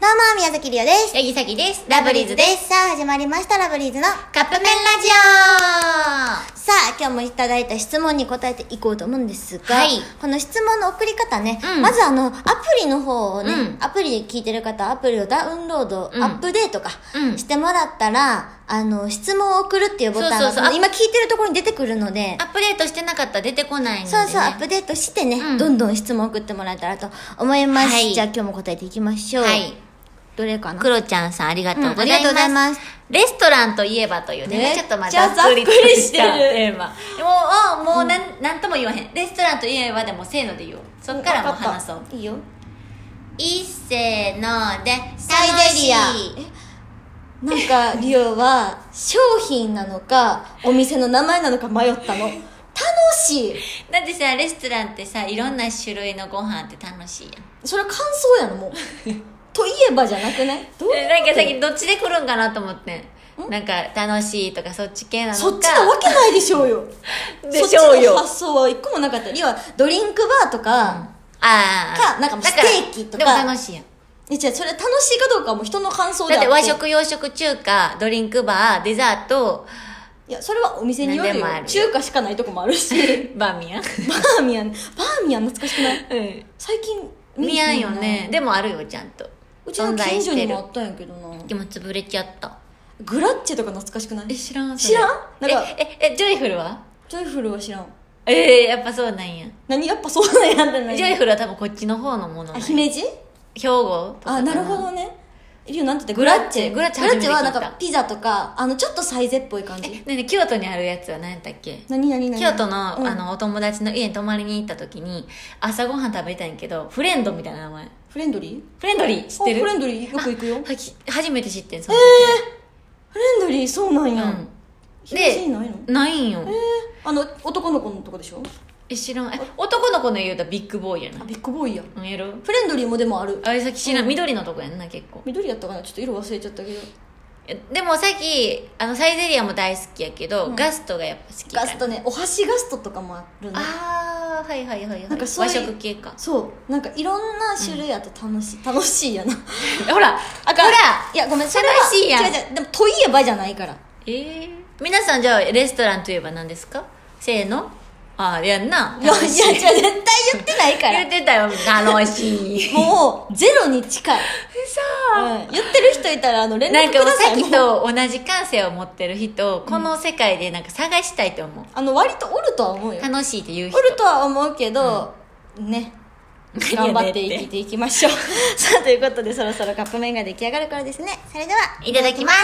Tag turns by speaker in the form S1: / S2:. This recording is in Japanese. S1: どうも、宮崎りおです。
S2: ヤギサギです。
S1: す。さあ、始まりました、ラブリーズの。
S2: カップ麺ラジ
S1: さあ、今日もいただいた質問に答えていこうと思うんですが、
S2: はい
S1: この質問の送り方ね、
S2: うん
S1: まずあの、アプリの方をね、
S2: うん
S1: アプリで聞いてる方、アプリをダウンロード、
S2: うん
S1: アップデートか、
S2: うん
S1: してもらったら、あの、質問を送るっていうボタンが
S2: そうそうそう
S1: この今聞いてるところに出てくるので
S2: オア、ップデートしてなかったら出てこないので、ね。
S1: そうそう、アップデートしてね、
S2: うん
S1: どんどん質問送ってもらえたらと思います。
S2: はい
S1: じゃあ今日も答えていきましょう。
S2: はい。
S1: どれかな
S2: クロちゃんさんありがとうござ
S1: う
S2: います。
S1: んありがとうございます
S2: レストランといえばというね、
S1: めっ
S2: ちょっとまあ
S1: ちゃ
S2: ざっくりとし
S1: ざ
S2: た
S1: っくりしてる
S2: テーマ。もう、 もう、もうなん、なんとも言わへん。レストランといえばでもせーので言おう。そっからも話そう。
S1: いいよ。
S2: いっせーので、
S1: サイゼリアなんかリオは商品なの かお店の名前なのか迷ったの楽しい
S2: だってさ、レストランってさ、いろんな種類のご飯って楽しいやん。
S1: それ感想やのもうといえばじゃなくないどう
S2: えなんかさっきどっちで来るんかなと思ってんなんか楽しいとかそっち系なのか
S1: そっちなわけないでしょうよ
S2: でしょ
S1: そっ
S2: うよ
S1: ちの発想は一個もなかったリオはドリンクバーとか、
S2: ああ
S1: かなんかもう
S2: だら
S1: ステーキとか
S2: でも楽しいやん
S1: えじゃあそれ楽しいかどうかはもう人の感想で
S2: だ
S1: あ
S2: って和食洋食中華ドリンクバーデザート
S1: いやそれはお店による
S2: 何で
S1: よ
S2: もあるよ
S1: 中華しかないとこもある し
S2: バーミヤン
S1: バーミヤンバーミヤン懐かしくない最近
S2: 見やんよ
S1: 見えへ
S2: ね
S1: んな
S2: でもあるよちゃんと
S1: うちの近所にもあ
S2: 存在
S1: ったんやけどな
S2: してるでも潰れちゃった
S1: グラッチェとか懐かしくない
S2: え知らん
S1: 知らんなんか
S2: えええジョイフルは
S1: ジョイフルは知らん
S2: ええやっぱそうなんや
S1: 何やっぱそうなんやってない
S2: ジョイフルは多分こっちの方のもの
S1: あ
S2: なんや
S1: 姫路
S2: 兵庫とか
S1: あ
S2: か
S1: なるほどねリオなんて言ってグラッチェ
S2: グラッチェ
S1: は
S2: 初めて聞
S1: なん
S2: いた
S1: かピザとかあのちょっとサイゼっぽい感
S2: え
S1: じ
S2: ねえねえ京都にあるやつは何やったっけ
S1: 何何何
S2: 京都の,、
S1: うん
S2: あのお友達の家に泊まりに行った時に朝ごはん食べたんやけどフレンドみたいな名前
S1: フレンドリ
S2: フレンドリー
S1: ー
S2: 知ってる
S1: あフレンドリーよく行くよ
S2: はき初めて知ってんその
S1: フレンドリーそうなんや
S2: うん
S1: 姫路にないの
S2: 時ないんよ
S1: えーあの男の子のとこでしょ
S2: え知らんえ男の子の言うたらビッグボーイや
S1: あ
S2: な
S1: ビッグボーイや
S2: 見える
S1: フレンドリーもでもある
S2: あれさっき知らん緑のとこやんな結構
S1: 緑やったかなちょっと色忘れちゃったけど
S2: えでもさっきあのサイゼリアも大好きやけど、
S1: うん
S2: ガストがやっぱ好きかな
S1: ガストねお箸ガストとかもあるね
S2: ああはいはいはいはい
S1: なんかそういう
S2: 和食系 か
S1: そうなんかいろんな種類あと楽しい、楽しい やな
S2: ほら
S1: あ
S2: ほら
S1: いやごめんそれは
S2: 楽しいやん
S1: 違う違うでもといえばじゃないから
S2: ええ皆さんじゃあレストランといえば何ですかせーのああやんない
S1: やいや違う
S2: 楽しい
S1: 絶対言ってないか
S2: 言
S1: ら
S2: ってたよ楽し い
S1: もうゼロに近い、うん、言ってる人いたらあの連
S2: なん
S1: 絡く
S2: かもう
S1: だ
S2: さ
S1: さ
S2: っ
S1: いもう
S2: きと同じ感性を持ってる人この世界でなんか探したいと思う、
S1: あの割とおるとは思うよ
S2: 楽しいって言う
S1: お
S2: 人
S1: るとは思うけど、ね頑張って生きていき ましょうさあということでそろそろカップ麺が出来上がるからですねそれではい
S2: ただきます